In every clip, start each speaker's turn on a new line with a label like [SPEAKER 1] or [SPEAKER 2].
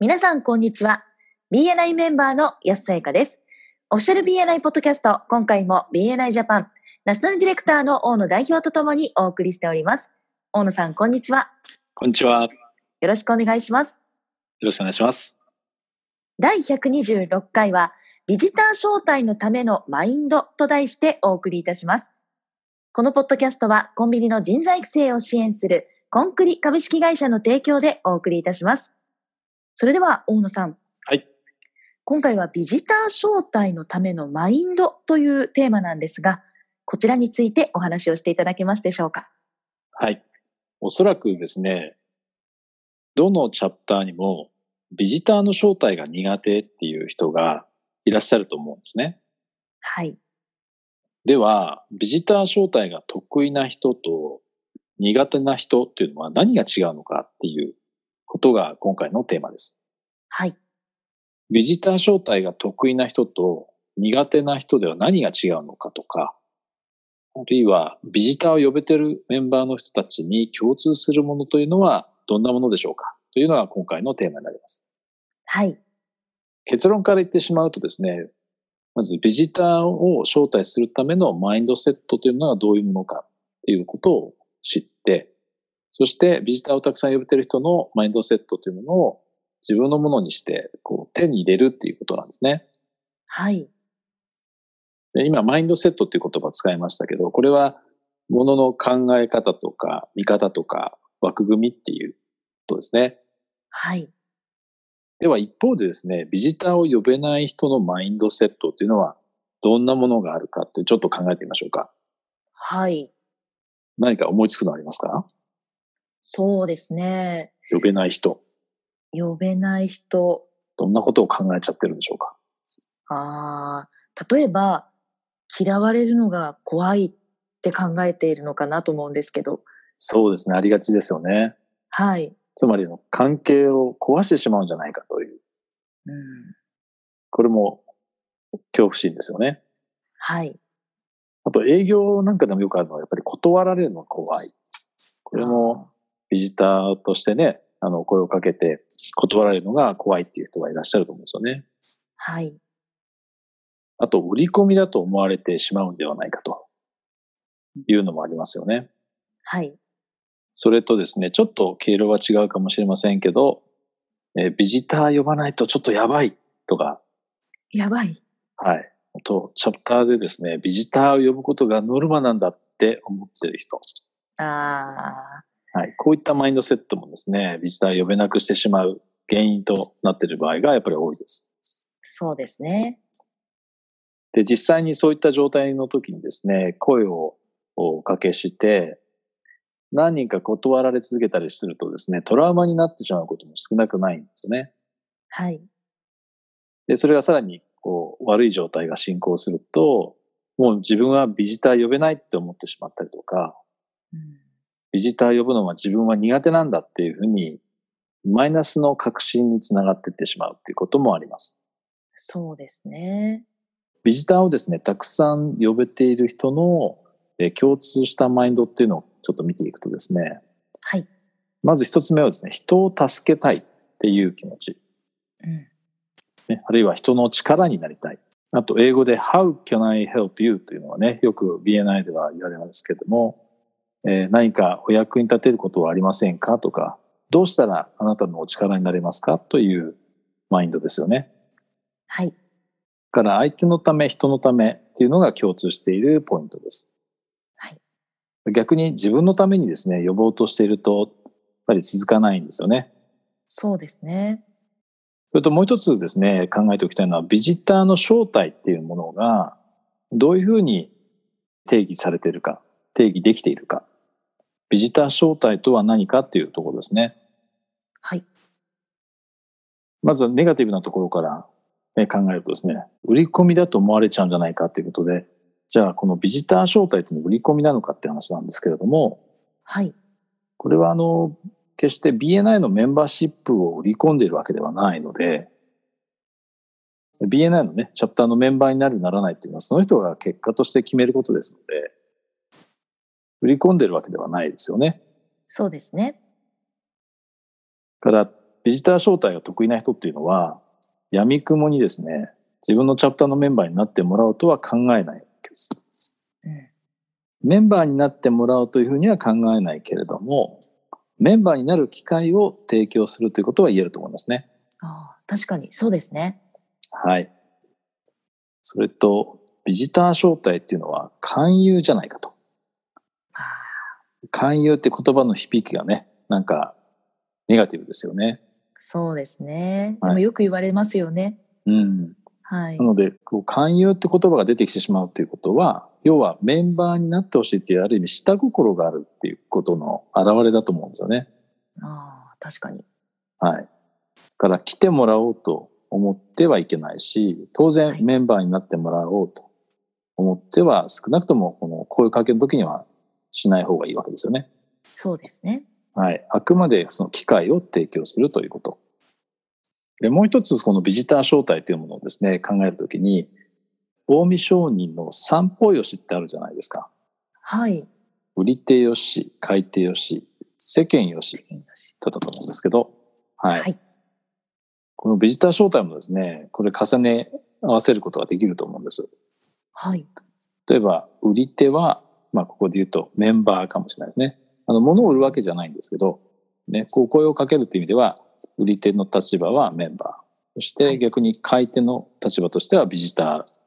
[SPEAKER 1] 皆さん、こんにちは。BNI メンバーの安さやかです。オフィシャル BNI ポッドキャスト、今回も BNI ジャパン、ナショナルディレクターの大野代表とともにお送りしております。大野さん、こんにちは。
[SPEAKER 2] こんにちは。よ
[SPEAKER 1] よろしくお願いします。
[SPEAKER 2] ろしくお願いします。
[SPEAKER 1] 第126回は、ビジター招待のためのマインドと題してお送りいたします。このポッドキャストは、コンビニの人材育成を支援する、コンクリ株式会社の提供でお送りいたします。それでは、大野さん。
[SPEAKER 2] はい。
[SPEAKER 1] 今回は、ビジター招待のためのマインドというテーマなんですが、こちらについてお話をしていただけますでしょうか。
[SPEAKER 2] はい。おそらくですね、どのチャプターにもビジターの正体が苦手っていう人がいらっしゃると思うんですね。
[SPEAKER 1] はい。
[SPEAKER 2] では、ビジター招待が得意な人と苦手な人っていうのは何が違うのかっていうことが今回のテーマです。
[SPEAKER 1] はい。
[SPEAKER 2] ビジター招待が得意な人と苦手な人では何が違うのかとか、あるいはビジターを呼べてるメンバーの人たちに共通するものというのはどんなものでしょうかというのが今回のテーマになります。
[SPEAKER 1] はい。
[SPEAKER 2] 結論から言ってしまうとですね、まずビジターを招待するためのマインドセットというのはどういうものかということを知って、そしてビジターをたくさん呼べてる人のマインドセットというものを自分のものにしてこう手に入れるっていうことなんですね。
[SPEAKER 1] はい。
[SPEAKER 2] で今、マインドセットっていう言葉を使いましたけど、これは、ものの考え方とか、見方とか、枠組みっていうことですね。
[SPEAKER 1] はい。
[SPEAKER 2] では、一方でですね、ビジターを呼べない人のマインドセットっていうのは、どんなものがあるかって、ちょっと考えてみましょうか。
[SPEAKER 1] はい。
[SPEAKER 2] 何か思いつくのありますか
[SPEAKER 1] そうですね。
[SPEAKER 2] 呼べない人。
[SPEAKER 1] 呼べない人、
[SPEAKER 2] どんなことを考えちゃってるんでしょうか
[SPEAKER 1] ああ、例えば、嫌われるのが怖いって考えているのかなと思うんですけど。
[SPEAKER 2] そうですね、ありがちですよね。
[SPEAKER 1] はい。
[SPEAKER 2] つまり、関係を壊してしまうんじゃないかという。
[SPEAKER 1] うん、
[SPEAKER 2] これも、恐怖心ですよね。
[SPEAKER 1] はい。
[SPEAKER 2] あと営業なんかでもよくあるのは、やっぱり断られるのが怖い。これもビジターとしてね、あの、声をかけて断られるのが怖いっていう人がいらっしゃると思うんですよね。
[SPEAKER 1] はい。
[SPEAKER 2] あと、売り込みだと思われてしまうんではないかというのもありますよね。
[SPEAKER 1] はい。
[SPEAKER 2] それとですね、ちょっと経路は違うかもしれませんけど、えービジター呼ばないとちょっとやばいとか、
[SPEAKER 1] やばい。
[SPEAKER 2] はい。あと、チャプターでですね、ビジターを呼ぶことがノルマなんだって思ってる人。
[SPEAKER 1] ああ、
[SPEAKER 2] はい、こういったマインドセットもですね、ビジターを呼べなくしてしまう原因となっている場合がやっぱり多いです。
[SPEAKER 1] そうですね。
[SPEAKER 2] で、実際にそういった状態の時にですね、声をおかけして、何人か断られ続けたりするとですね、トラウマになってしまうことも少なくないんですね。
[SPEAKER 1] はい。
[SPEAKER 2] で、それがさらにこう悪い状態が進行すると、もう自分はビジター呼べないって思ってしまったりとか、
[SPEAKER 1] うん、
[SPEAKER 2] ビジター呼ぶのは自分は苦手なんだっていうふうに、マイナスの確信につながっていってしまうっていうこともあります。
[SPEAKER 1] そうですね。
[SPEAKER 2] ビジターをですね、たくさん呼べている人のえー共通したマインドっていうのをちょっと見ていくとですね、
[SPEAKER 1] はい。
[SPEAKER 2] まず一つ目はですね、人を助けたいっていう気持ち、
[SPEAKER 1] うん、
[SPEAKER 2] ね、あるいは人の力になりたい。あと、英語で How can I help you? というのはね、よく BNI では言われますけども、えー何かお役に立てることはありませんかとか、どうしたらあなたのお力になれますかというマインドですよね。
[SPEAKER 1] はい。
[SPEAKER 2] から相手のため人のためっていうのが共通しているポイントです。
[SPEAKER 1] はい
[SPEAKER 2] 逆に自分のためにですね呼ぼうとしているとやっぱり続かないんですよね。
[SPEAKER 1] そうですね。
[SPEAKER 2] それともう一つですね考えておきたいのはビジターの正体っていうものがどういうふうに定義されているか定義できているかビジター正体とは何かっていうところですね。
[SPEAKER 1] はい。
[SPEAKER 2] まずはネガティブなところから、ね、考えるとですね、売り込みだと思われちゃうんじゃないかということで、じゃあこのビジター招待というのは売り込みなのかって話なんですけれども、
[SPEAKER 1] はい。
[SPEAKER 2] これはあの、決して BNI のメンバーシップを売り込んでいるわけではないので、BNI のね、チャプターのメンバーになるならないっていうのは、その人が結果として決めることですので、売り込んでるわけではないですよね。
[SPEAKER 1] そうですね。
[SPEAKER 2] からビジター招待が得意な人っていうのは、闇雲にですね、自分のチャプターのメンバーになってもらおうとは考えないわけです。メンバーになってもらおうというふうには考えないけれども、メンバーになる機会を提供するということは言えると思いますね。
[SPEAKER 1] ああ確かにそうですね。
[SPEAKER 2] はい。それと、ビジター招待っていうのは勧誘じゃないかと。
[SPEAKER 1] ああ
[SPEAKER 2] 勧誘って言葉の響きがね、なんかネガティブですよね。
[SPEAKER 1] そうですね。
[SPEAKER 2] はい
[SPEAKER 1] でもよく言われますよね。
[SPEAKER 2] うん。
[SPEAKER 1] はい
[SPEAKER 2] な。ので、こう勧誘って言葉が出てきてしまうということは、要はメンバーになってほしいっていう、ある意味下心があるっていうことの表れだと思うんですよね。
[SPEAKER 1] ああ確かに。
[SPEAKER 2] はい。だから来てもらおうと思ってはいけないし、当
[SPEAKER 1] は
[SPEAKER 2] 然
[SPEAKER 1] い
[SPEAKER 2] メンバーになってもらおうと思っては、少なくともこの声かけの時にはしない方がいいわけですよね。
[SPEAKER 1] そうですね。
[SPEAKER 2] はい。あくまでその機会を提供するということ。で、もう一つ、このビジター招待というものをですね、考えるときに、近江商人の三方よしってあるじゃないですか。
[SPEAKER 1] はい。
[SPEAKER 2] 売り手よし、買い手よし、世間よしだったと思うんですけど、はい。
[SPEAKER 1] はい
[SPEAKER 2] このビジター招待もですね、これ重ね合わせることができると思うんです。
[SPEAKER 1] はい。
[SPEAKER 2] 例えば、売り手は、まあ、ここで言うとメンバーかもしれないですね。あの、物を売るわけじゃないんですけど、ね、こう声をかけるという意味では、売り手の立場はメンバー。そし
[SPEAKER 1] は
[SPEAKER 2] て
[SPEAKER 1] い
[SPEAKER 2] 逆に買い手の立場としてはビジター。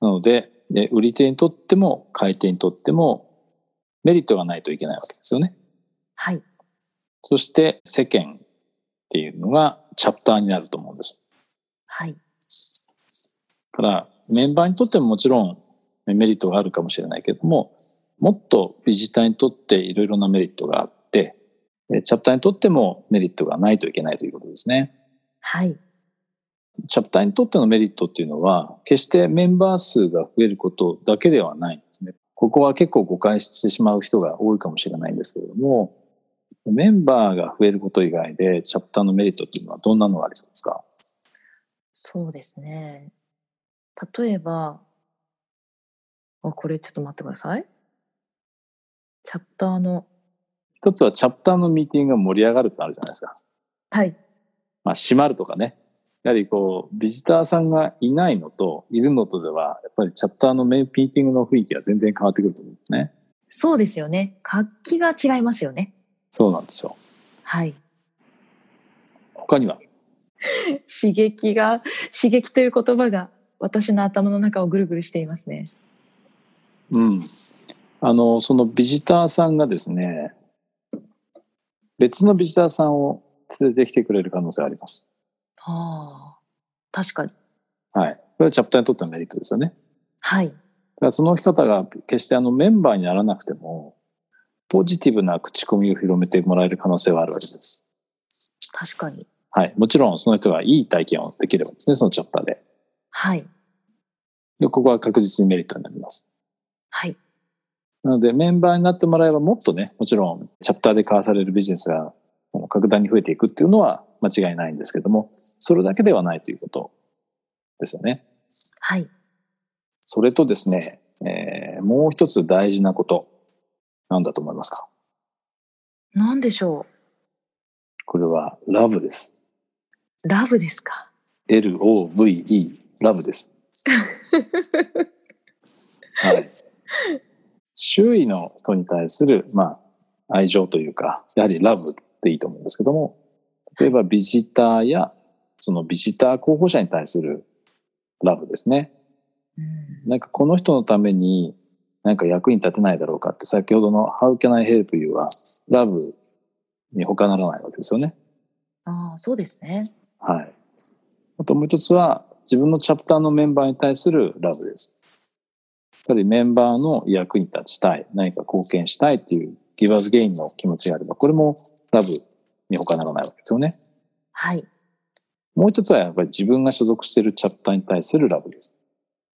[SPEAKER 2] なので、ね、売り手にとっても買い手にとってもメリットがないといけないわけですよね。
[SPEAKER 1] はい。
[SPEAKER 2] そして世間っていうのがチャプターになると思うんです。
[SPEAKER 1] はい。
[SPEAKER 2] だからメンバーにとってももちろんメリットがあるかもしれないけれどももっとビジターにとっていろいろなメリットがあってえチャプターにとってもメリットがないといけないということですね。
[SPEAKER 1] はい。
[SPEAKER 2] チャプターにとってのメリットっていうのは決してメンバー数が増えることだけではないんですね。ここは結構誤解してしまう人が多いかもしれないんですけれどもメンバーが増えること以外でチャプターのメリットっていうのはどんなのがありそうですか
[SPEAKER 1] そうですね。例えば、あ、これちょっと待ってください。チャプターの、
[SPEAKER 2] 一つはチャプターのミーティングが盛り上がるってあるじゃないですか。
[SPEAKER 1] はい。
[SPEAKER 2] まあ、閉まるとかね。やはりこう、ビジターさんがいないのと、いるのとでは、やっぱりチャプターのメインピーティングの雰囲気が全然変わってくると思うんですね。
[SPEAKER 1] そうですよね。活気が違いますよね。
[SPEAKER 2] そうなんですよ。
[SPEAKER 1] はい。
[SPEAKER 2] 他には、
[SPEAKER 1] 刺激が、刺激という言葉が私の頭の中をぐるぐるしていますね。
[SPEAKER 2] うん。あの、そのビジターさんがですね、別のビジターさんを連れてきてくれる可能性があります。
[SPEAKER 1] ああ。確かに。
[SPEAKER 2] はい。これはチャプターにとってのメリットですよね。
[SPEAKER 1] はい。
[SPEAKER 2] だからその方が決してあのメンバーにならなくても、ポジティブな口コミを広めてもらえる可能性はあるわけです。
[SPEAKER 1] 確かに。
[SPEAKER 2] はい。もちろん、その人がいい体験をできればですね、そのチャプターで。
[SPEAKER 1] はい。
[SPEAKER 2] で、ここは確実にメリットになります。
[SPEAKER 1] はい。
[SPEAKER 2] なので、メンバーになってもらえばもっとね、もちろん、チャプターで交わされるビジネスがあの格段に増えていくっていうのは間違いないんですけども、それだけではないということですよね。
[SPEAKER 1] はい。
[SPEAKER 2] それとですね、えーもう一つ大事なこと、なんだと思いますか
[SPEAKER 1] なんでしょ
[SPEAKER 2] これは、ラブです。
[SPEAKER 1] う。ラブですか。
[SPEAKER 2] L-O-V-E、ラブです。はい。周囲の人に対する、まあ、愛情というか、やはりラブっていいと思うんですけども、例えばビジターや、そのビジター候補者に対するラブですね。
[SPEAKER 1] うん
[SPEAKER 2] なんかこの人のために、なんか役に立てないだろうかって、先ほどの How can I help you は、ラブに他ならないわけですよね。
[SPEAKER 1] ああ、そうですね。
[SPEAKER 2] はい。あともう一つは、自分のチャプターのメンバーに対するラブです。やっぱりメンバーの役に立ちたい、何か貢献したいっていうギバーズゲインの気持ちがあれば、これもラブに他ならないわけですよね。
[SPEAKER 1] はい。
[SPEAKER 2] もう一つはやっぱり自分が所属しているチャプターに対するラブです。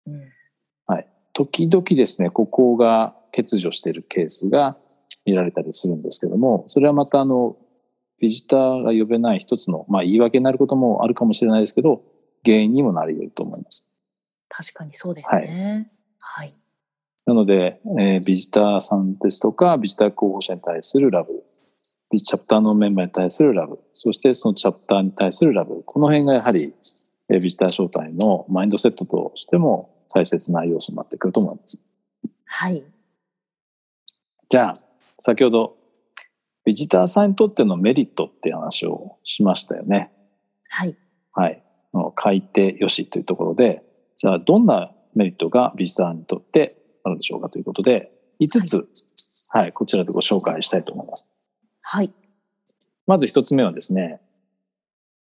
[SPEAKER 1] うん
[SPEAKER 2] 時々ですね、ここが欠如しているケースが見られたりするんですけども、それはまたあの、ビジターが呼べない一つの、まあ言い訳になることもあるかもしれないですけど、原因にもなり得ると思います。
[SPEAKER 1] 確かにそうですね。はい。
[SPEAKER 2] なので、えービジターさんですとか、ビジター候補者に対するラブ、ビチャプターのメンバーに対するラブ、そしてそのチャプターに対するラブ。この辺がやはり、えービジター招待のマインドセットとしても大切な要素になってくると思います。
[SPEAKER 1] はい。
[SPEAKER 2] じゃあ、先ほど、ビジターさんにとってのメリットっていう話をしましたよね。
[SPEAKER 1] はい。
[SPEAKER 2] はい。あの書いてよしというところで、じゃあ、どんなメリットがビジターにとってあるんでしょうかということで、5つ、はい、こちらでご紹介したいと思います。
[SPEAKER 1] はい。
[SPEAKER 2] まず一つ目はですね、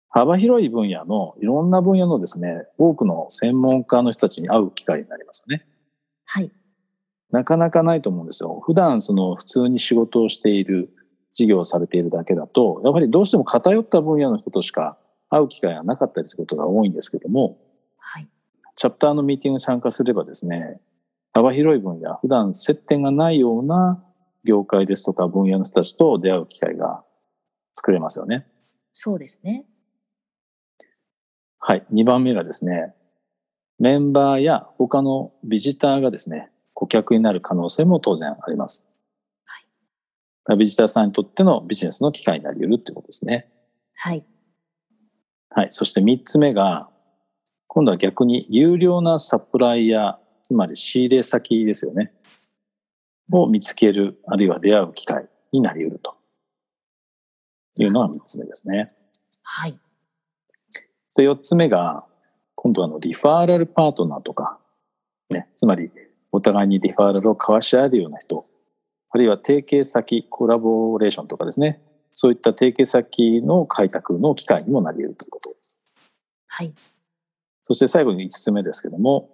[SPEAKER 2] 幅広い分野の、いろんな分野のですね、多くの専門家の人たちに会う機会になりますよね。
[SPEAKER 1] はい。
[SPEAKER 2] なかなかないと思うんですよ。普段その普通に仕事をしている、事業をされているだけだと、やっぱりどうしても偏った分野の人としか会う機会がなかったりすることが多いんですけども、
[SPEAKER 1] はい。
[SPEAKER 2] チャプターのミーティングに参加すればですね、幅広い分野、普段接点がないような業界ですとか分野の人たちと出会う機会が作れますよね。
[SPEAKER 1] そうですね。
[SPEAKER 2] はい。2番目がですね、メンバーや他のビジターがですね、顧客になる可能性も当然あります。はい。ビジターさんにとってのビジネスの機会になり得るということですね。
[SPEAKER 1] はい。
[SPEAKER 2] はい。そして3つ目が、今度は逆に有料なサプライヤー、つまり仕入れ先ですよね。を見つける、あるいは出会う機会になり得るというのが3つ目ですね。
[SPEAKER 1] はい。
[SPEAKER 2] で、4つ目が、今度はあのリファーラルパートナーとか、ね、つまりお互いにリファーラルを交わし合えるような人、あるいは提携先、コラボレーションとかですね、そういった提携先の開拓の機会にもなり得るということです。
[SPEAKER 1] はい。
[SPEAKER 2] そして最後に5つ目ですけども、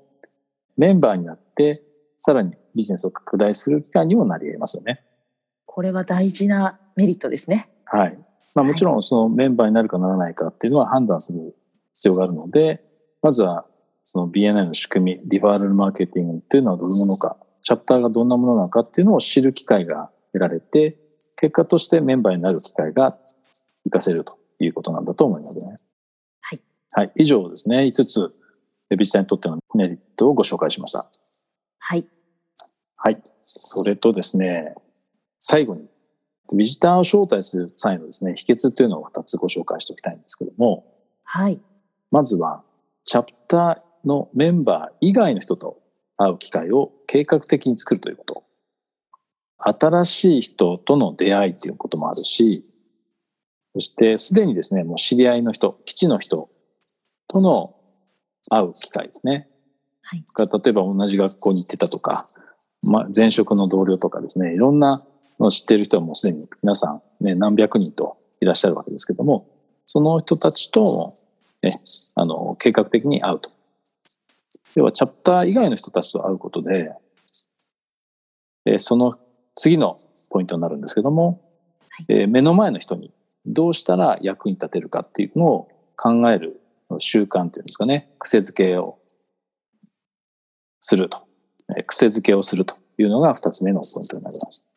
[SPEAKER 2] メンバーになって、さらにビジネスを拡大する機会にもなり得ますよね。
[SPEAKER 1] これは大事なメリットですね。
[SPEAKER 2] はい。まあ、
[SPEAKER 1] はい
[SPEAKER 2] もちろんそのメンバーになるかならないかっていうのは判断する必要があるので、まずはその BNI の仕組み、リファーラルマーケティングっていうのはどういうものか、チャプターがどんなものなのかっていうのを知る機会が得られて、結果としてメンバーになる機会が活かせるということなんだと思いますね。
[SPEAKER 1] はい。
[SPEAKER 2] はい。以上ですね。5つ、ビジターにとってのメリットをご紹介しました。
[SPEAKER 1] はい。
[SPEAKER 2] はい。それとですね、最後に、ビジターを招待する際のですね、秘訣というのを2つご紹介しておきたいんですけども、
[SPEAKER 1] はい。
[SPEAKER 2] まずは、チャプターのメンバー以外の人と会う機会を計画的に作るということ。新しい人との出会いということもあるし、そして、すでにですね、もう知り合いの人、基地の人との会う機会ですね。
[SPEAKER 1] はい。
[SPEAKER 2] が例えば同じ学校に行ってたとか、まあ、前職の同僚とかですねいろんなのを知っている人はもうすでに皆さん、ね、何百人といらっしゃるわけですけどもその人たちと、ね、あの計画的に会うと要はチャプター以外の人たちと会うことででその次のポイントになるんですけども、
[SPEAKER 1] はい
[SPEAKER 2] えー目の前の人にどうしたら役に立てるかっていうのを考える習慣っていうんですかね癖づけをすると。えー癖づけをするというのが二つ目のポイントになります。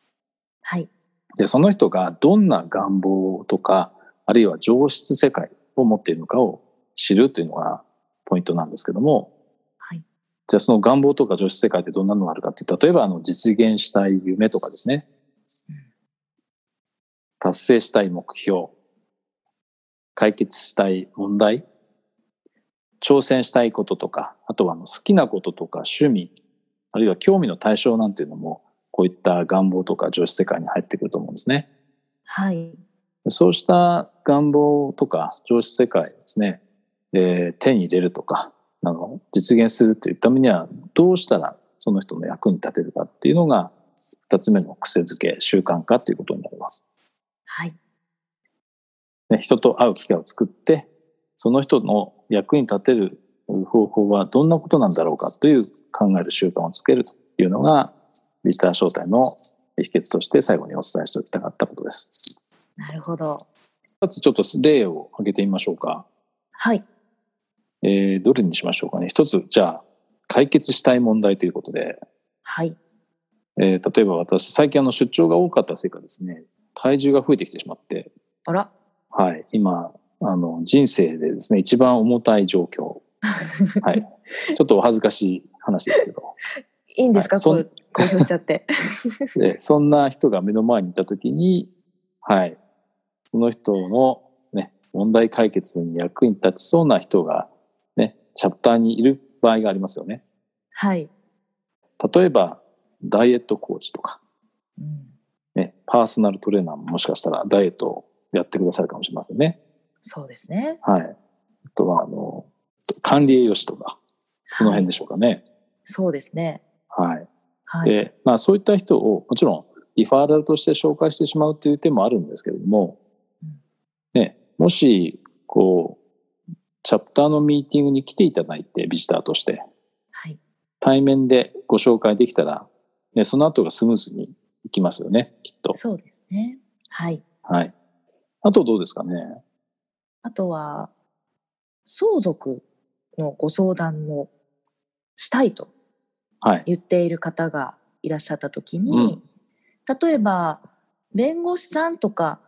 [SPEAKER 1] はい。
[SPEAKER 2] で、その人がどんな願望とか、あるいは上質世界を持っているのかを知るというのがポイントなんですけども、
[SPEAKER 1] はい。
[SPEAKER 2] じゃあその願望とか上質世界ってどんなのがあるかっていう、例えばあの実現したい夢とかですね
[SPEAKER 1] うん、
[SPEAKER 2] 達成したい目標、解決したい問題、挑戦したいこととか、あとはあの好きなこととか趣味、あるいは興味の対象なんていうのも、こういった願望とか上質世界に入ってくると思うんですね。
[SPEAKER 1] はい。
[SPEAKER 2] そうした願望とか上質世界をですね、えー手に入れるとか、あの、実現するというためには、どうしたらその人の役に立てるかっていうのが、二つ目の癖づけ、習慣化ということになります。
[SPEAKER 1] はい。
[SPEAKER 2] ね、人と会う機会を作って、その人の役に立てる方法はどんなことなんだろうかという考える習慣をつけるというのが、ビジター招待の秘訣として最後にお伝えしておきたかったことです。
[SPEAKER 1] なるほど。
[SPEAKER 2] 二つちょっと例を挙げてみましょうか。
[SPEAKER 1] はい。
[SPEAKER 2] えーどれにしましょうかね。一つ、じゃあ、解決したい問題ということで、
[SPEAKER 1] はい。
[SPEAKER 2] えー例えば私、最近あの出張が多かったせいかですね、体重が増えてきてしまって、
[SPEAKER 1] あら。
[SPEAKER 2] はい、今、あの、人生でですね、一番重たい状況。はい。ちょっとお恥ずかしい話ですけど、
[SPEAKER 1] いいんですか、
[SPEAKER 2] はいそ
[SPEAKER 1] こ
[SPEAKER 2] ん
[SPEAKER 1] う公表しちゃって。
[SPEAKER 2] でそんな人が目の前にいたときに、はい、その人のね、問題解決に役に立ちそうな人が、ね、チャプターにいる場合がありますよね。
[SPEAKER 1] はい。
[SPEAKER 2] 例えば、ダイエットコーチとか、
[SPEAKER 1] うん、
[SPEAKER 2] ね、パーソナルトレーナーももしかしたらダイエットをやってくださるかもしれませんね。
[SPEAKER 1] そうですね。
[SPEAKER 2] はい。あとは、あの、管理栄養士とか、その辺
[SPEAKER 1] は
[SPEAKER 2] で
[SPEAKER 1] い
[SPEAKER 2] しょうかね。
[SPEAKER 1] そうですね。
[SPEAKER 2] はい。
[SPEAKER 1] はい。
[SPEAKER 2] で、まあ、そういった人をもちろんリファーラルとして紹介してしまうという手もあるんですけれども
[SPEAKER 1] うん、
[SPEAKER 2] ね、もしこうチャプターのミーティングに来ていただいてビジターとして
[SPEAKER 1] はい。
[SPEAKER 2] 対面でご紹介できたら、ね、その後がスムーズにいきますよねきっと。
[SPEAKER 1] そうですね。はい。
[SPEAKER 2] はい、あとどうですかね
[SPEAKER 1] あとは、相続のご相談もしたいと
[SPEAKER 2] はい。
[SPEAKER 1] 言っている方がいらっしゃった時に、
[SPEAKER 2] うん
[SPEAKER 1] 例えば弁護士さんとか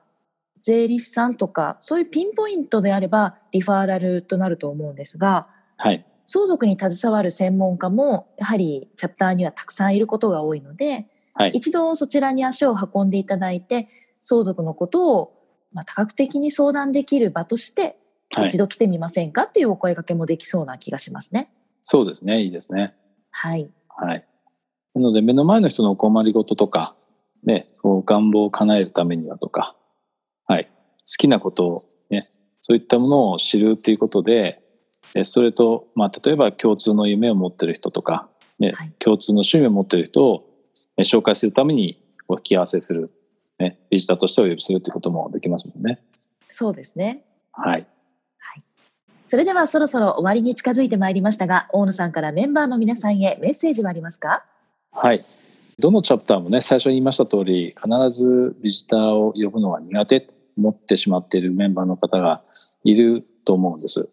[SPEAKER 1] 税理士さんとかそういうピンポイントであればリファーラルとなると思うんですが
[SPEAKER 2] はい。
[SPEAKER 1] 相続に携わる専門家もやはりチャプターにはたくさんいることが多いので
[SPEAKER 2] はい。
[SPEAKER 1] 一度そちらに足を運んでいただいて相続のことをまあ多角的に相談できる場として
[SPEAKER 2] は
[SPEAKER 1] 一
[SPEAKER 2] い。
[SPEAKER 1] 度来てみませんかというお声掛けもできそうな気がしますね。
[SPEAKER 2] そうですね。いいですね。
[SPEAKER 1] はい、
[SPEAKER 2] はい。なので、目の前の人のお困りごととか、ね、そう願望を叶えるためにはとか、はい。好きなことを、ね、そういったものを知るっていうことで、えそれと、まあ、例えば共通の夢を持ってる人とか、ね
[SPEAKER 1] はい、
[SPEAKER 2] 共通の趣味を持ってる人をえ紹介するためにお引き合わせする、ね、ビジターとしてお呼びするっていうこともできますもんね。
[SPEAKER 1] そうですね
[SPEAKER 2] はい。
[SPEAKER 1] それではそろそろ終わりに近づいてまいりましたが、大野さんからメンバーの皆さんへメッセージはありますか
[SPEAKER 2] はい。どのチャプターもね、最初に言いました通り、必ずビジターを呼ぶのは苦手と思ってしまっているメンバーの方がいると思うんです。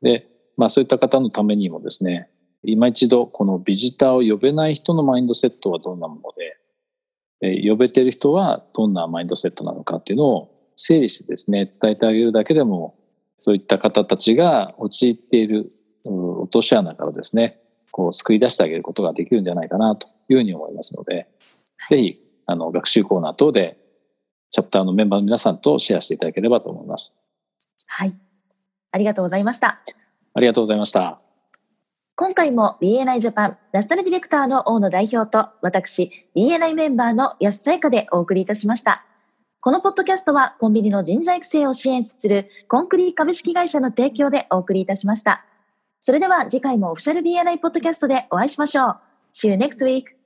[SPEAKER 2] で、まあそういった方のためにもですね、今一度このビジターを呼べない人のマインドセットはどんなもので、え呼べている人はどんなマインドセットなのかっていうのを整理してですね、伝えてあげるだけでも、そういった方たちが陥っているうん落とし穴からですね、こう救い出してあげることができるんじゃないかなというふうに思いますので、ぜひあの学習コーナー等でチャプターのメンバーの皆さんとシェアしていただければと思います。
[SPEAKER 1] はい。ありがとうございました。
[SPEAKER 2] ありがとうございました。
[SPEAKER 1] 今回も BNI ジャパンナショナルディレクターの大野代表と私 BNI メンバーの安田彩香でお送りいたしました。このポッドキャストはコンビニの人材育成を支援するコンクリー株式会社の提供でお送りいたしました。それでは次回もオフィシャル BNI ポッドキャストでお会いしましょう。See you next week!